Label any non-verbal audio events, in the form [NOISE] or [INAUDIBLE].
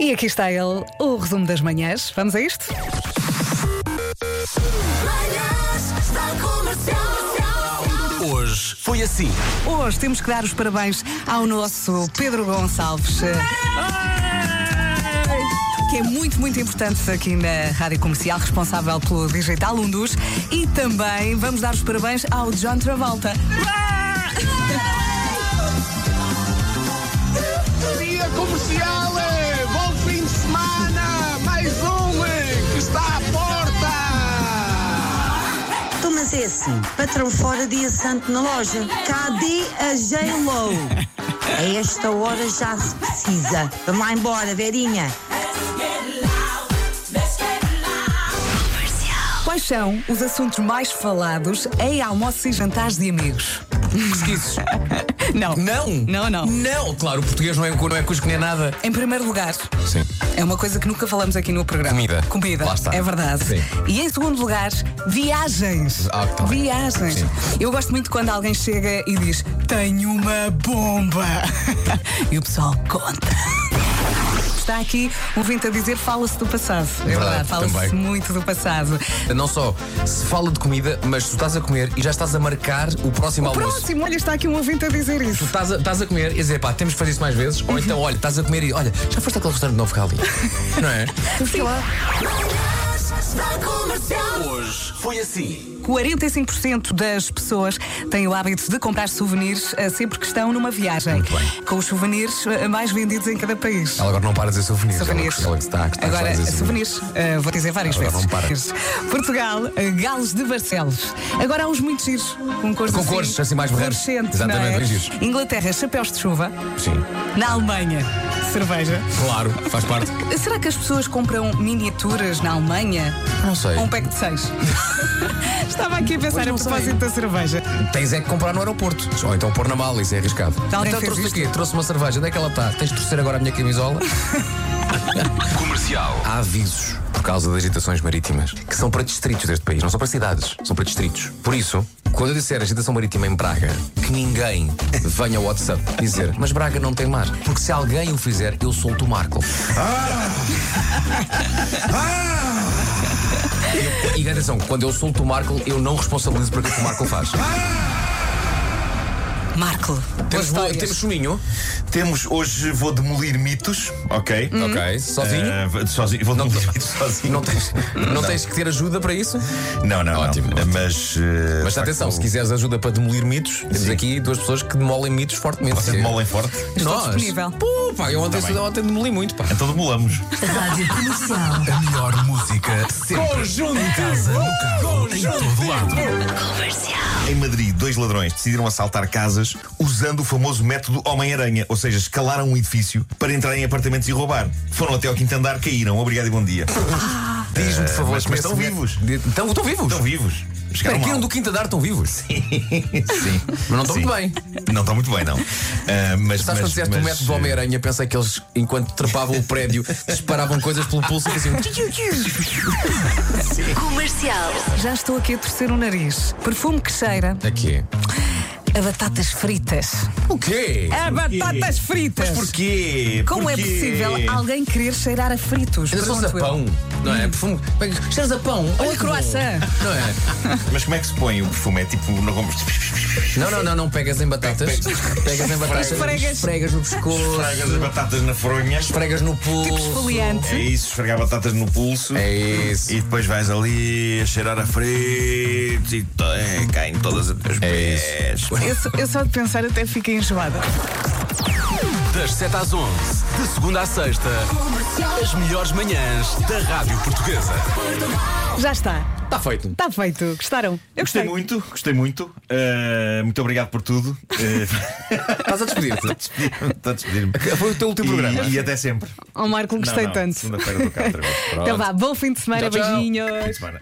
E aqui está ele, o resumo das manhãs. Vamos a isto? Manhãs da Comercial. Hoje foi assim. Hoje temos que dar os parabéns ao nosso Pedro Gonçalves. Que é muito, muito importante aqui na Rádio Comercial, responsável pelo Digital um dos. E também vamos dar os parabéns ao John Travolta. Dia comercial, eh, bom fim de semana, mais um eh, que está à porta. Então, mas é assim, patrão fora dia santo na loja. Cadê a J-Lo? A esta hora já se precisa. Vamos lá embora, Verinha. Quais são os assuntos mais falados em almoços e jantares de amigos? Pesquises. Não. Não. Não, não. Não, claro, o português não é, não é cusco nem é nada. Em primeiro lugar, Sim. é uma coisa que nunca falamos aqui no programa. Comida. Comida. Lá está. É verdade. Sim. E em segundo lugar, viagens. Ah, tá bem. viagens. Sim. Eu gosto muito quando alguém chega e diz: Tenho uma bomba. [LAUGHS] e o pessoal conta. Está aqui um vinte a dizer: Fala-se do passado. É Verdade, fala-se também. muito do passado. Não só se fala de comida, mas tu estás a comer e já estás a marcar o próximo almoço. Próximo, olha, está aqui um ouvinte a dizer Tu isso. estás a, estás a comer e a dizer, pá, temos que fazer isso mais vezes. Ou então, olha, estás a comer e olha, já foste àquele restaurante novo que há [LAUGHS] ali. não é? Manhãs da Comercial. Hoje foi assim. 45% das pessoas têm o hábito de comprar souvenirs eh, sempre que estão numa viagem. Muito bem. Com os souvenirs eh, mais vendidos em cada país. Ela agora não para de dizer souvenirs. Ela- Souvenirs. Ela está, está a Agora, dizer souvenirs, eh, vou dizer várias é? Agora vezes. [LAUGHS] não Portugal, eh, Galos de Barcelos. Agora há uns muito giros, com cores Com assim, cores, assim, mais berrantes. fluorescentes, Exatamente, não é? bem giros. Inglaterra, chapéus de chuva. Sim. Na Alemanha, cerveja. Claro, faz parte. Será que as pessoas compram miniaturas na Alemanha? Não sei. Ou um pack de seis? [LAUGHS] Estava aqui a pensar Pois a não propósito sei. da cerveja. Tens é que comprar no aeroporto. Ou então pôr na mala, isso é arriscado. Tá Alguém então fez trouxe o isto? quê? Trouxe uma cerveja. Onde é que ela está? Tens de torcer agora a minha camisola? Comercial. Há avisos por causa das agitações marítimas que são para distritos deste país, não são para cidades, são para distritos. Por isso, quando eu disser agitação marítima em Braga, que ninguém venha ao WhatsApp dizer, mas Braga não tem mar. Porque se alguém o fizer, eu solto o Marco. E e atenção, quando eu solto o Marco, eu não responsabilizo por aquilo que o Marco faz. Marco, Temos, boas histórias. temos chuminho. Temos hoje vou demolir mitos, ok? Ok. Sozinho. Ah, vou- sozinho, vou demolir mitos sozinho. Não Hum. tens, não tens que ter ajuda para isso? Não, não, Ótimo, não. ótimo. Mas, ah, Mas de atenção, facto, se quiseres ajuda para demolir mitos, temos Sim. aqui duas pessoas que demolem mitos fortemente. Vocês demolem forte? Estou Nós? disponível. Pô, pá, eu ontem, bem. ontem demoli muito, pá. Então demolamos. [LAUGHS] A melhor música sempre. Conjunto! Em casa, no carro, em todo lado. Em Madrid, dois ladrões decidiram assaltar casas usando o famoso método Homem-Aranha, ou seja, escalaram um edifício para entrar em apartamentos e roubar. Foram até ao quinto andar, caíram. Obrigado e bom dia. Diz-me, por favor, como mas- mas é que estão se mete- vivos. de- Estão estão vivos? Estão vivos. Espera, Chegaram Caíram mal. do quinto andar, estão [LAUGHS] vivos. Sim. Mas não estão Sim. muito bem. Não estão muito [LAUGHS] bem, não. Ah, mas, Sabes quando mas, disseste o mas, método do Homem-Aranha, pensei que eles, enquanto trepavam o prédio, disparavam coisas pelo pulso assim, e faziam. Já estou aqui a torcer o nariz. Perfume que cheira Aqui. a batatas fritas. O quê? A É batatas fritas! Porquê? Como é Porquê? possível alguém querer cheirar a fritos? Ainda são Pergunto eu. é sapão, não é? Perfume. Cheiras a pão? Ou Olha a que bom. croissant. Não é? Mas como é que se põe o perfume? É tipo. Não vamos. Não, não, não, não pegas em batatas. Pegas em batatas. Esfregas. Esfregas no pescoço. Esfregas as batatas na fronha. Esfregas no Tipo pulso. É esfoliante. isso, esfregar batatas no pulso. É isso. E depois vais ali a cheirar a fritos e to- é, caem todas as teus É pés. Eu, só- eu só de pensar até fico enjoada. Das 7 às 11, de segunda à sexta, as melhores manhãs da Rádio Portuguesa. Já está. Está feito. Está feito. Gostaram? Eu Gostei muito, gostei muito. Uh, muito obrigado por tudo. Eh, [LAUGHS] Estás a despedir-te. Estou a despedir-me. Foi o teu último programa. E, e até sempre. Ó Oh, Marco, Não, gostei não, tanto. Segunda-feira do cá outra vez. Então vá, bom fim de semana. Tchau, tchau. Beijinhos. Pronto. Fim de semana.